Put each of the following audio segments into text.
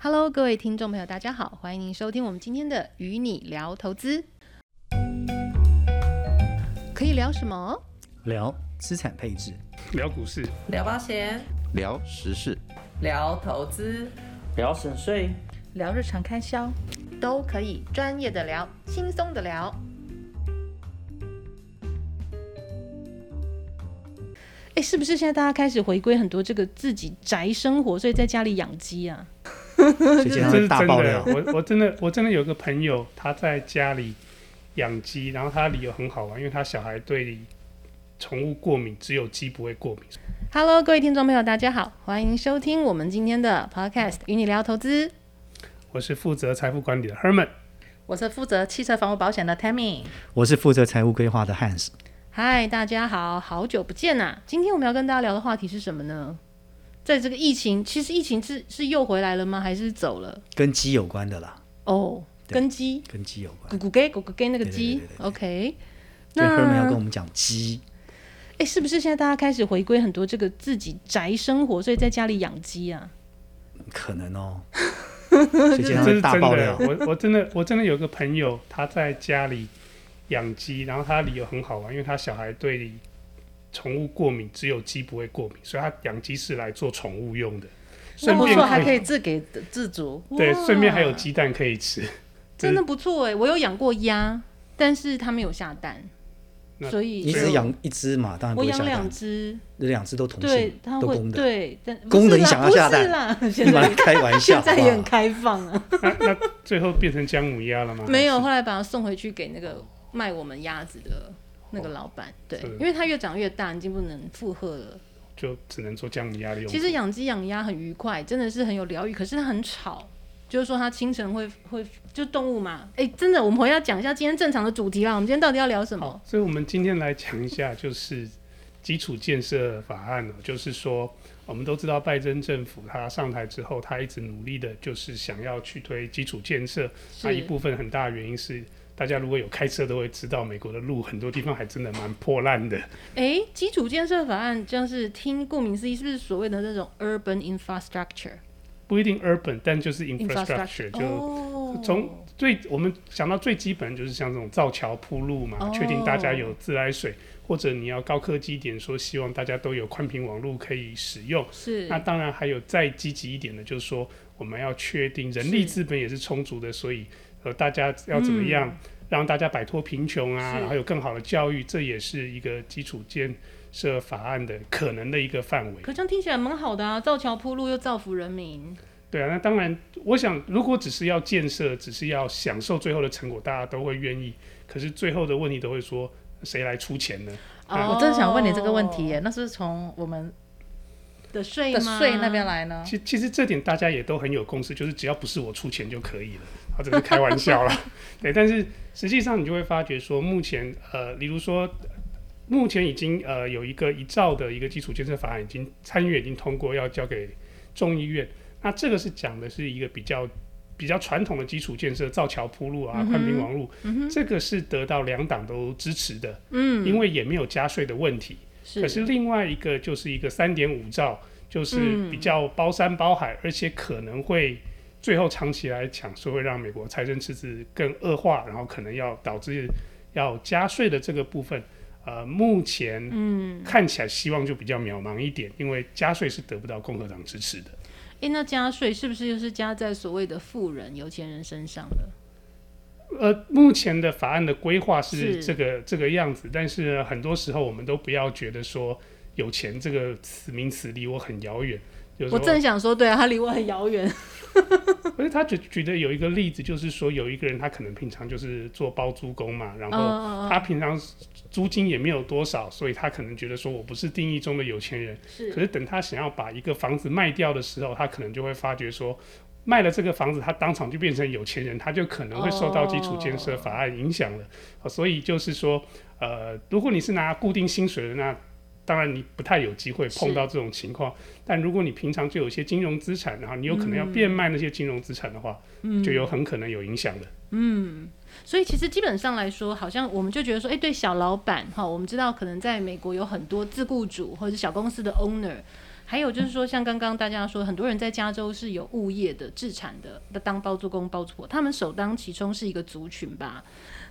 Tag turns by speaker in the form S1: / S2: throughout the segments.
S1: Hello，各位听众朋友，大家好，欢迎您收听我们今天的《与你聊投资》，可以聊什么？
S2: 聊资产配 置，
S3: 聊股市，
S4: 聊保险，
S5: 聊时事，
S4: 聊投资，
S6: 聊省税，
S7: 聊日常开销，
S1: 都可以专业的聊，轻松的聊。哎，是不是现在大家开始回归很多这个自己宅生活，所以在家里养鸡啊？
S2: 所以今天
S3: 这
S2: 会
S3: 是
S2: 大
S3: 真
S2: 爆
S3: 的
S2: 料。。
S3: 我我真的我真的有个朋友，他在家里养鸡，然后他理由很好玩，因为他小孩对宠物过敏，只有鸡不会过敏。
S1: Hello，各位听众朋友，大家好，欢迎收听我们今天的 Podcast《与你聊投资》。
S3: 我是负责财富管理的 Herman，
S7: 我是负责汽车房屋保险的 Tammy。
S2: 我是负责财务规划的 Hans，
S1: 嗨，大家好，好久不见呐、今天我们要跟大家聊的话题是什么呢？在这个疫情，其实疫情是是又回来了吗？还是走了？
S2: 跟鸡有关的啦，
S1: 哦，
S2: 对
S1: 跟鸡，
S2: 跟鸡有关。
S1: 咕咕给咕咕给那个
S2: 对对
S1: 鸡
S2: 对对对
S1: ，OK。
S2: 所以 Herman 要
S1: 那
S2: 跟我们讲鸡，
S1: 哎，是不是现在大家开始回归很多这个自己宅生活，所以在家里养鸡啊？
S2: 可 能哦。所以今天
S3: 这
S2: 会
S3: 是
S2: 大
S3: 真
S2: 爆
S3: 的
S2: 料。。
S3: 我我真的我真的有个朋友，他在家里养鸡，然后他理由很好玩，因为他小孩对宠物过敏，只有鸡不会过敏，所以他养鸡是来做宠物用的，
S7: 那
S3: 顺
S7: 不
S3: 便
S7: 错，还可
S3: 以
S7: 以自给自足。
S3: 对，
S1: 哇
S3: 顺便还有，鸡蛋可以吃。
S1: 真的不错哎。我有养过鸭，但是它没有下蛋，
S3: 那
S1: 所以
S2: 你
S1: 就
S2: 只养一只嘛，当然不
S1: 我
S2: 会
S1: 养
S2: 下蛋
S1: 两。只，
S2: 这两只都同
S1: 对
S2: 性，，
S1: 它
S2: 都
S1: 会
S2: 公的。
S1: 对，但不
S2: 公
S1: 是
S2: 的你
S1: 啦
S2: 想要
S1: 不
S2: 下
S1: 是
S2: 蛋
S1: 啦，
S2: 你
S1: 现
S2: 把
S1: 在
S2: 它开玩 笑
S1: 现
S2: 好不
S1: 在也很
S2: 好？
S1: 开放 啊。
S3: 那那最后变成姜母鸭了吗？
S1: 没有，
S3: 嗯还是
S1: 后来把它送回去给那个卖我们鸭子的那个老板，对
S3: 是，
S1: 因为它越长越大，已经不能负荷了。
S3: 就只能做姜母鸭的用途。
S1: 其实养鸡养鸭很愉快，真的是很有疗愈，可是它很吵。就是说，它清晨会会就动物嘛，哎、真的，我们回来讲一下今天正常的主题啦。我们今天到底要聊什么
S3: 好？，所以我们今天来讲一下，就是基础建设法案哦，就是说我们都知道拜登政府他上台之后，他一直努力的就是想要去推基础建设，那一
S1: 是
S3: 部分很大的原因是。大家如果有开车都会知道，美国的路很多地方还真的蛮破烂的。
S1: 哎、基础建设法案，就是听顾名思义，是不是所谓的那种 urban infrastructure
S3: 不一定 urban，但就是 infrastructure，就
S1: 哦，
S3: 从最我们想到最基本就是像这种造桥铺路嘛
S1: 哦，
S3: 确定大家有自来水，或者你要高科技一点说，希望大家都有宽频网络可以使用。
S1: 是
S3: 那当然还有再积极一点的，就是说我们要确定人力
S1: 是
S3: 资本也是充足的，所以呃大家要怎么样让大家摆脱贫穷
S1: 嗯
S3: 啊，
S1: 是
S3: 然后有更好的教育，这也是一个基础建设法案的可能的一个范围。
S1: 可这样听起来蛮好的啊，造桥铺路又造福人民，
S3: 对啊，那当然，我想如果只是要建设，只是要享受最后的成果，大家都会愿意。可是最后的问题都会说，谁来出钱呢？啊
S1: 哦
S7: 我真的想问你这个问题耶，那是从我们
S1: 的税
S7: 的
S1: 吗
S7: 税那边来呢？
S3: 其其实这点大家也都很有共识，就是只要不是我出钱就可以了，啊，这是开玩笑啦。对，但是实际上你就会发觉说，目前呃，例如说，目前已经呃有一个一兆的一个基础建设法案已经参议院已经通过，要交给众议院。那这个是讲的是一个比较比较传统的基础建设，造桥铺路啊，宽频网路，这个是得到两党都支持的，嗯，因为也没有加税的问题。可是另外一个就是一个三点五兆，
S1: 嗯
S3: 就是比较包山包海，而且可能会最后长期来讲是会让美国财政赤字更恶化，然后可能要导致要加税的这个部分。呃，目前
S1: 嗯
S3: 看起来希望就比较渺茫一点，因为加税是得不到共和党支持的。
S1: 诶，那加税是不是就是加在所谓的富人、有钱人身上了？
S3: 呃，目前的法案的规划是
S1: 是
S3: 这个这个样子，但是很多时候我们都不要觉得说有钱这个词名词离我很遥远。有时
S1: 我
S3: 候
S1: 正想说，对啊，它离我很遥远。
S3: 可是他举举的有一个例子，就是说有一个人他可能平常就是做包租公嘛，然后
S1: 嗯，
S3: 他平常租金也没有多少，所以他可能觉得说我不是定义中的有钱人。可
S1: 是
S3: 是等他想要把一个房子卖掉的时候，他可能就会发觉说，卖了这个房子，他当场就变成有钱人，他就可能会受到基础建设法案影响了。哦所以就是说，呃，如果你是拿固定薪水的，那当然你不太有机会碰到这种情况。但如果你平常就有一些金融资产，然后你有可能要变卖那些金融资产的话，就有很可能有影响的。
S1: 所以其实基本上来说，好像我们就觉得说，诶，哎对小老板哈，我们知道可能在美国有很多自雇主或者是小公司的 owner，还有就是说，像刚刚大家说，很多人在加州是有物业的、制产的，那当包租公、包租婆，他们首当其冲是一个族群吧。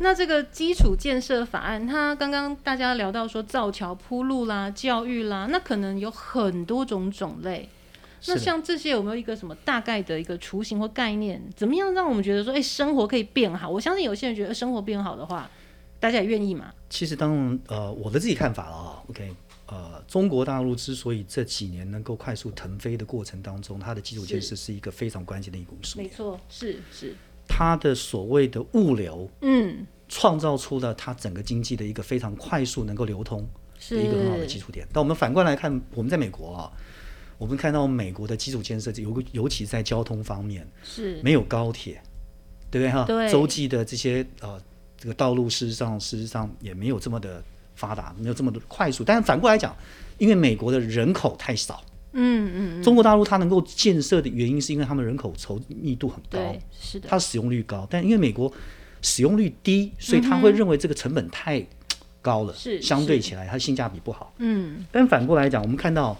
S1: 那这个基础建设法案，它刚刚大家聊到说造桥铺路啦、教育啦，那可能有很多种种类。那
S2: 是的
S1: 像这些有没有一个什么大概的一个雏形或概念？怎么样让我们觉得说，哎、生活可以变好？我相信有些人觉得呃生活变好的话，大家也愿意嘛。
S2: 其实当然，呃，我的自己看法了啊、o k 呃，中国大陆之所以这几年能够快速腾飞的过程当中，它的基础建设是一个非常关键的一股数
S1: 没。错，是是，
S2: 它的所谓的物流，
S1: 嗯，
S2: 创造出了它整个经济的一个非常快速能够流通
S1: 是
S2: 的一个很好的基础点。但我们反过来看，我们在美国啊，我们看到美国的基础建设，尤尤其在交通方面，
S1: 是
S2: 没有高铁，对不对哈？
S1: 对
S2: 洲际的这些呃这个道路，事实上事实上也没有这么的发达，没有这么的快速。但是反过来讲，因为美国的人口太少，
S1: 嗯嗯，
S2: 中国大陆它能够建设的原因是因为他们人口稠密度很高
S1: 对，，是的，
S2: 它使用率高，但因为美国使用率低，所以他会认为这个成本太高了，
S1: 嗯是
S2: 相对
S1: 是
S2: 起来它性价比不好。
S1: 嗯，
S2: 但反过来讲，我们看到，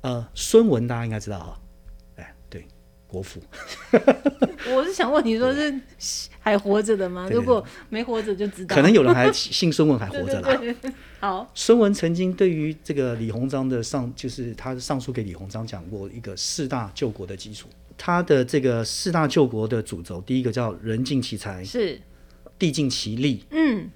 S2: 呃，孙文大家应该知道哈，哎，对，国父，
S1: 我是想问你说是还活着的吗？
S2: 对对对
S1: 如果没活着就知道，
S2: 可能有人还 姓孙文还活
S1: 对
S2: 着
S1: 对
S2: 啦。
S1: 对，对好，
S2: 孙文曾经对于这个李鸿章的上，就是他上书给李鸿章讲过一个四大救国的基础。他的这个四大救国的主轴，第一个叫人尽其才，
S1: 是
S2: 地尽其力，
S1: 嗯，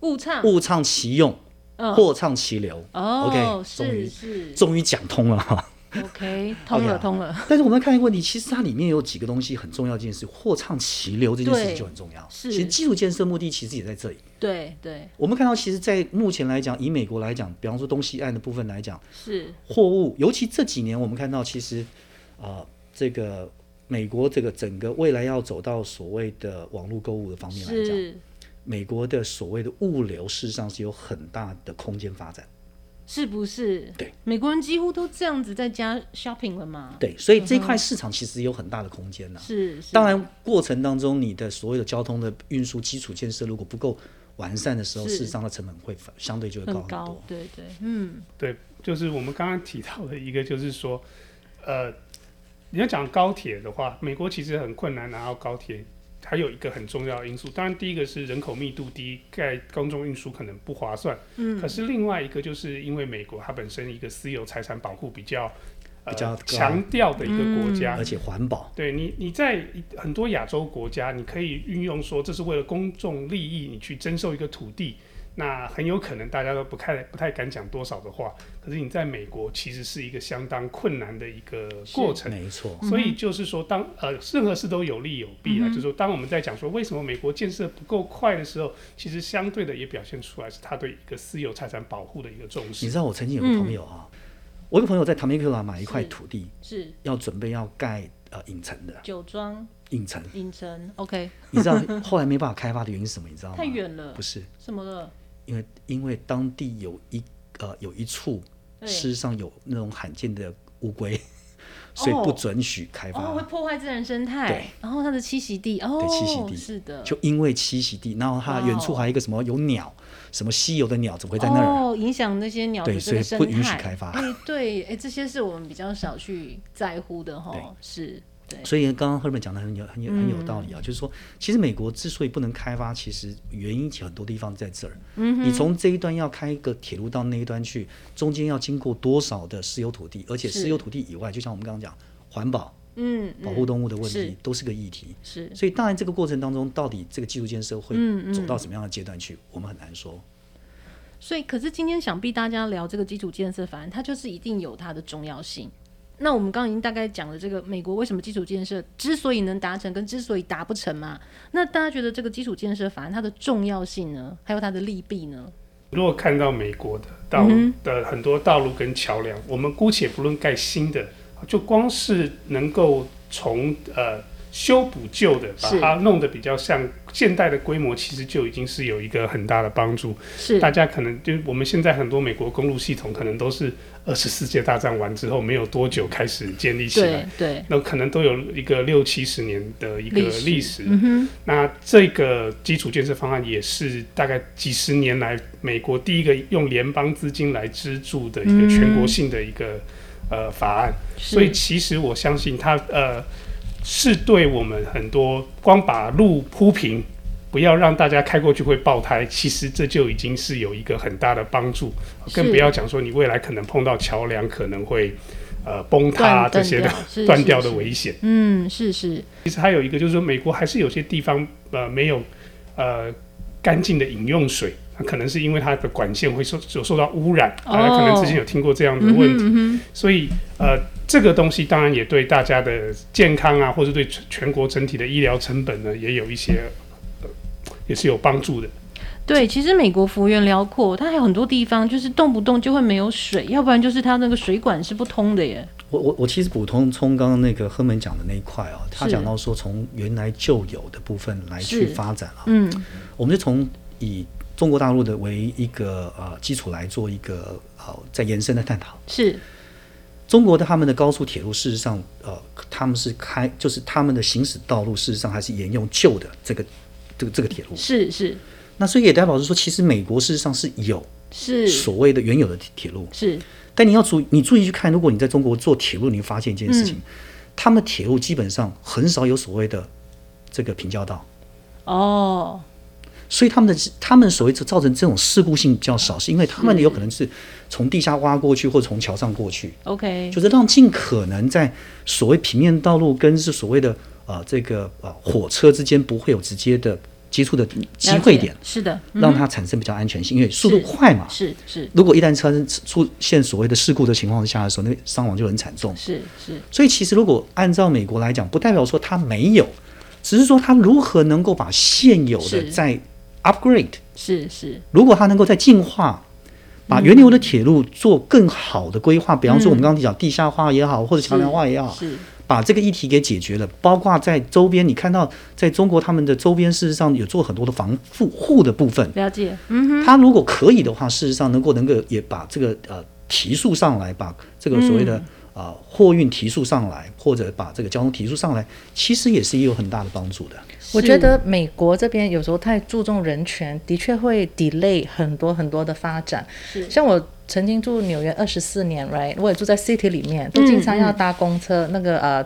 S1: 误唱
S2: 物畅其用，
S1: 嗯
S2: 货畅其流。
S1: 哦
S2: OK，终
S1: 是
S2: 于
S1: 是
S2: 终于讲通了 哈。
S1: ，OK，通
S2: OK
S1: 了
S2: 啊
S1: 通了，
S2: 但是我们看一个问题，其实它里面有几个东西很重要，一件事，货畅其流这件事情就很重要。
S1: 是
S2: 其实基础建设目的其实也在这里。
S1: 对对
S2: 我们看到，其实，在目前来讲，以美国来讲，比方说东西岸的部分来讲，
S1: 是，
S2: 货物，尤其这几年我们看到，其实啊、呃这个美国这个整个未来要走到所谓的网络购物的方面来讲，
S1: 是
S2: 美国的所谓的物流事实上是有很大的空间发展。
S1: 是不是？
S2: 对，
S1: 美国人几乎都这样子在家 shopping 了嘛，
S2: 对，所以
S1: 嗯
S2: 这块市场其实有很大的空间呐、
S1: 是，是
S2: 当然，过程当中你的所有的交通的运输基础建设如果不够完善的时候，
S1: 是
S2: 事实上的成本会反相对就会高
S1: 很
S2: 很
S1: 高
S2: 多，。
S1: 对对，嗯，
S3: 对，就是我们刚刚提到的一个，就是说，呃，你要讲高铁的话，美国其实很困难拿到高铁，还有一个很重要的因素，当然第一个是人口密度低，盖公众运输可能不划算，嗯，可是另外一个就是因为美国它本身一个私有财产保护比较。呃
S2: 比较高
S3: 强调的一个国家，
S2: 而且环保。
S3: 对你，你在很多亚洲国家，你可以运用说这是为了公众利益，你去征收一个土地，那很有可能大家都不太不太敢讲多少的话。可是你在美国其实是一个相当困难的一个过程。
S2: 没错，
S3: 所以就是说当，呃任何事都有利有弊啊，就是说，当我们在讲说为什么美国建设不够快的时候，其实相对的也表现出来是他对一个私有财产保护的一个重
S2: 你
S3: 视。
S2: 知道我曾经有个朋友啊，我有个朋友在 Temecula 买一块
S1: 是
S2: 土地，
S1: 是
S2: 要准备要盖呃影城的
S1: 酒庄
S2: 影城，
S1: 影城，OK，
S2: 你知道后来没办法开发的原因是什么？你知道吗？
S1: 太远了
S2: 不，是，
S1: 什么了？
S2: 因为因为当地有一呃有一处，
S1: 对
S2: 事实上有那种罕见的乌龟，所以
S1: 哦
S2: 不准许开发。
S1: 哦，会破坏自然生态
S2: 对，
S1: 然后它的栖息地，哦，
S2: 栖息地
S1: 是的，
S2: 就因为栖息地，然后它
S1: 哇哦
S2: 远处还有一个什么有鸟，什么稀有的鸟怎么会在那儿？
S1: 哦，影响那些鸟的
S2: 对
S1: 这个生态，
S2: 所以不允许开发
S1: 哎、对，哎、这些是我们比较少去在乎的
S2: 对
S1: 哈，是，对，嗯
S2: 所以刚刚赫本讲的很有很有很有道理啊，就是说，其实美国之所以不能开发，其实原因很多地方在这儿。嗯、你从这一端要开一个铁路到那一端去，中间要经过多少的私有土地，而且
S1: 是
S2: 私有土地以外，就像我们刚刚讲环保、
S1: 嗯，嗯
S2: 保护动物的问题，
S1: 是
S2: 都是个议题。
S1: 是
S2: 所以当然这个过程当中，到底这个技术建设会
S1: 嗯嗯
S2: 走到什么样的阶段去，我们很难说。
S1: 所以，可是今天想必大家聊这个基础建设法案，它就是一定有它的重要性。那我们刚刚已经大概讲了这个美国为什么基础建设之所以能达成，跟之所以达不成嘛。那大家觉得这个基础建设法案它的重要性呢，还有它的利弊呢？
S3: 如果看到美国的道
S1: 嗯
S3: 路的很多道路跟桥梁，我们姑且不论盖新的，就光是能够从呃修补旧的，把
S1: 是
S3: 它弄得比较像现代的规模，其实就已经是有一个很大的帮助。
S1: 是
S3: 大家可能就我们现在很多美国公路系统，可能都是二次世界大战完之后没有多久开始建立起来
S1: 对。对，
S3: 那可能都有一个六七十年的一个
S1: 历史
S3: 历史，
S1: 嗯哼，
S3: 那这个基础建设方案也是大概几十年来美国第一个用联邦资金来资助的一个全国性的一个、呃法案，
S1: 嗯是
S3: 所以其实我相信它呃是对我们很多光把路铺平，不要让大家开过去会爆胎，其实这就已经是有一个很大的帮助，更
S1: 是
S3: 不要讲说你未来可能碰到桥梁可能会呃崩塌
S1: 断
S3: 这些的
S1: 是
S3: 断
S1: 是
S3: 掉的
S1: 是
S3: 危险。
S1: 嗯，是是，
S3: 其实还有一个就是说，美国还是有些地方呃没有呃干净的饮用水，那可能是因为它的管线会受有受到污染，大家可能
S1: 哦
S3: 之前有听过这样的
S1: 嗯
S3: 问
S1: 哼
S3: 题，
S1: 嗯
S3: 所以呃这个东西当然也对大家的健康啊，或者对全全国整体的医疗成本呢，也有一些、呃也是有帮助的。
S1: 哼，对，其实美国幅员辽阔，它还有很多地方就是动不动就会没有水，要不然就是它那个水管是不通的耶。
S2: 我我我其实补充充刚刚那个亨门讲的那一块啊，他
S1: 是
S2: 讲到说从原来就有的部分来
S1: 是
S2: 去发展啊，
S1: 嗯，
S2: 我们就从以中国大陆的为一个呃基础来做一个呃再延伸的探讨。
S1: 是
S2: 中国的他们的高速铁路，事实上，呃，他们是开，就是他们的行驶道路，事实上还是沿用旧的这个这个这个铁路。
S1: 是是
S2: 那所以也代表是说，其实美国事实上是有
S1: 是
S2: 所谓的原有的铁铁路，
S1: 是，
S2: 但你要注你注意去看，如果你在中国做铁路，你会发现一件事
S1: 嗯
S2: 情，他们铁路基本上很少有所谓的这个平交道，
S1: 哦，
S2: 所以他们的他们所谓造成这种事故性比较少，是因为他们有可能是从地下挖过去，或者从桥上过去。
S1: OK，
S2: 就是让尽可能在所谓平面道路跟是所谓的呃这个呃火车之间不会有直接的接触的机
S1: 了
S2: 会
S1: 解
S2: 点，
S1: 是的，
S2: 让它产生比较安全性，因为速度快嘛。
S1: 是是
S2: 如果一旦发生出现所谓的事故的情况下的时候，那个伤亡就很惨重。
S1: 是是，
S2: 所以其实如果按照美国来讲，不代表说它没有，只是说它如何能够把现有的
S1: 是
S2: 在 upgrade，
S1: 是是
S2: 如果它能够在进化，把原有的铁路做更好的规划，比方说我们刚刚讲地下化也好，或者桥梁化也好，
S1: 是
S2: 把这个议题给解决了。包括在周边，你看到在中国他们的周边，事实上有做很多的防护护的部分。
S1: 了解，嗯，
S2: 它如果可以的话，事实上能够能够也把这个呃提速上来，把这个所谓的。
S1: 嗯
S2: 啊，货运提速上来，或者把这个交通提速上来，其实也是有很大的帮助的。
S7: 我觉得美国这边有时候太注重人权，的确会 delay 很多很多的发展。像我曾经住纽约二十四年，right，我也住在 city 里面，都经常要搭公车，那个呃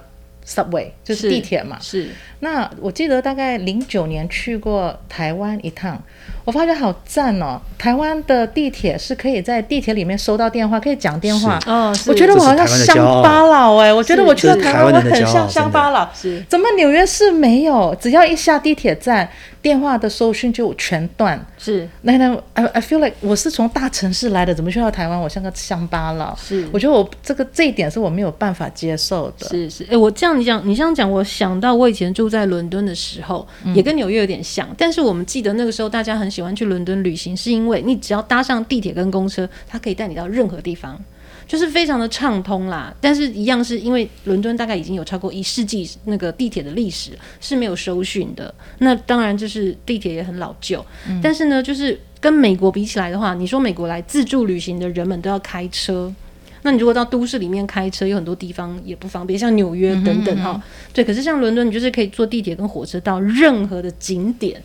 S7: subway 就是地铁嘛。
S1: 是
S7: 那我记得大概零九年去过台湾一趟，我发觉好赞哦！台湾的地铁是可以在地铁里面收到电话，可以讲电话。
S1: 哦，
S7: 我觉得
S2: 这
S7: 我
S2: 是
S7: 好像
S2: 台湾的
S7: 乡
S2: 骄傲
S7: 巴佬哎、我觉得我去
S2: 这
S7: 了
S2: 是
S7: 台
S2: 台
S7: 湾，
S2: 湾
S7: 我
S2: 人的
S7: 很
S2: 骄傲
S7: 像乡
S2: 真的
S7: 巴佬。
S1: 是
S7: 怎么纽约市没有？只要一下地铁站，电话的收讯就全断。
S1: 是
S7: 那那 I I feel like 我是从大城市来的，怎么去到台湾？我像个乡巴佬。
S1: 是
S7: 我觉得我这个这一点是我没有办法接受的。
S1: 是是，哎、我这样你讲，你这样讲，我想到我以前住在伦敦的时候，也跟纽约有点像。但是我们记得那个时候，大家很喜欢去伦敦旅行，是因为你只要搭上地铁跟公车，它可以带你到任何地方，就是非常的畅通啦。但是一样是因为伦敦大概已经有超过一世纪那个地铁的历史是没有收讯的，那当然就是地铁也很老旧。但是呢，就是跟美国比起来的话，你说美国来自助旅行的人们都要开车，那你如果到都市里面开车，有很多地方也不方便，像纽约等等哈、对，可是像伦敦，你就是可以坐地铁跟火车到任何的景点，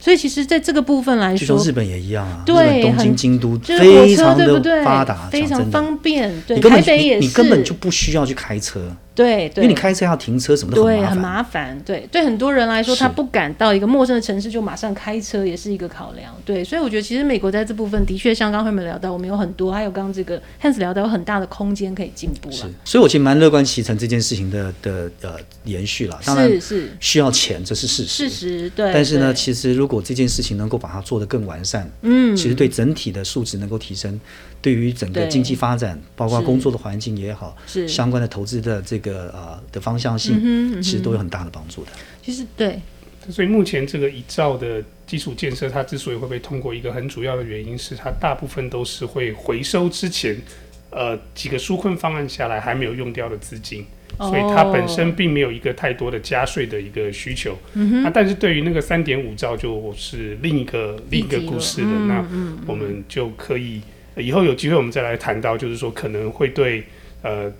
S1: 所以其实在这个部分来
S2: 据说
S1: 说，
S2: 日本也一样啊，日
S1: 对
S2: 本东京、
S1: 很
S2: 京都
S1: 就是火
S2: 非
S1: 车
S2: 常
S1: 对不
S2: 的
S1: 对？
S2: 发达，
S1: 非
S2: 讲
S1: 常
S2: 真的
S1: 方便，对，
S2: 你根
S1: 台
S2: 本就
S1: 北
S2: 你
S1: 也是，
S2: 你根本就不需要去开车，
S1: 对
S2: 因
S1: 对，
S2: 为你开车要停车什么的
S1: 对
S2: 很
S1: 很麻
S2: 麻烦。
S1: 烦，对对，很多人来说
S2: 是
S1: 他不敢到一个陌生的城市就马上开车，也是一个考量，对，所以我觉得其实美国在这部分的确像刚刚慧美聊到，我们有很多，还有刚刚这个 Hans 聊到有很大的空间可以进步了，
S2: 所以我其实蛮乐观其成这件事情的的呃延续了。当然
S1: 是是
S2: 需要钱，这是事实。
S1: 事实，对，
S2: 但是呢，
S1: 对
S2: 其实如果这件事情能够把它做得更完善，嗯，其实对整体的素质能够提升，对于整个
S1: 对
S2: 经济发展，包括
S1: 是
S2: 工作的环境也好，
S1: 是嗯
S2: 相关的投资的这个呃的方向性，其实都有很大的帮助的。
S1: 其实对，
S3: 所以目前这个一兆的基础建设，它之所以会被通过，一个很主要的原因是它大部分都是会回收之前，呃，几个纾困方案下来还没有用掉的资金，所以它本身并没有一个太多的加税的一个需求。嗯、那但是对于那个三点五兆，就是另一个另一个故事了。那我们就可以呃以后有机会我们再来谈到，就是说可能会对呃。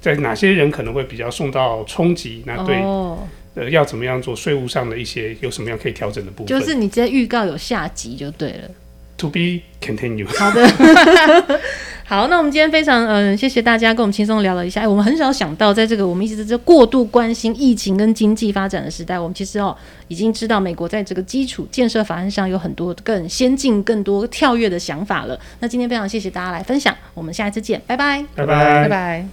S3: 在哪些人可能会比较受到冲击？那啊对
S1: 哦，
S3: 呃，要怎么样做税务上的一些有什么样可以调整的部分？
S1: 就是你直接预告有下集就对了。
S3: to be continue。
S1: 好的，好，那我们今天非常嗯、呃谢谢大家跟我们轻松聊了一下。哎，我们很少想到，在这个我们一直在过度关心疫情跟经济发展的时代，我们其实哦已经知道美国在这个基础建设法案上有很多更先进、更多跳跃的想法了。那今天非常谢谢大家来分享，我们下一次见，拜拜。
S3: 拜
S7: 拜
S3: 拜。
S7: 拜。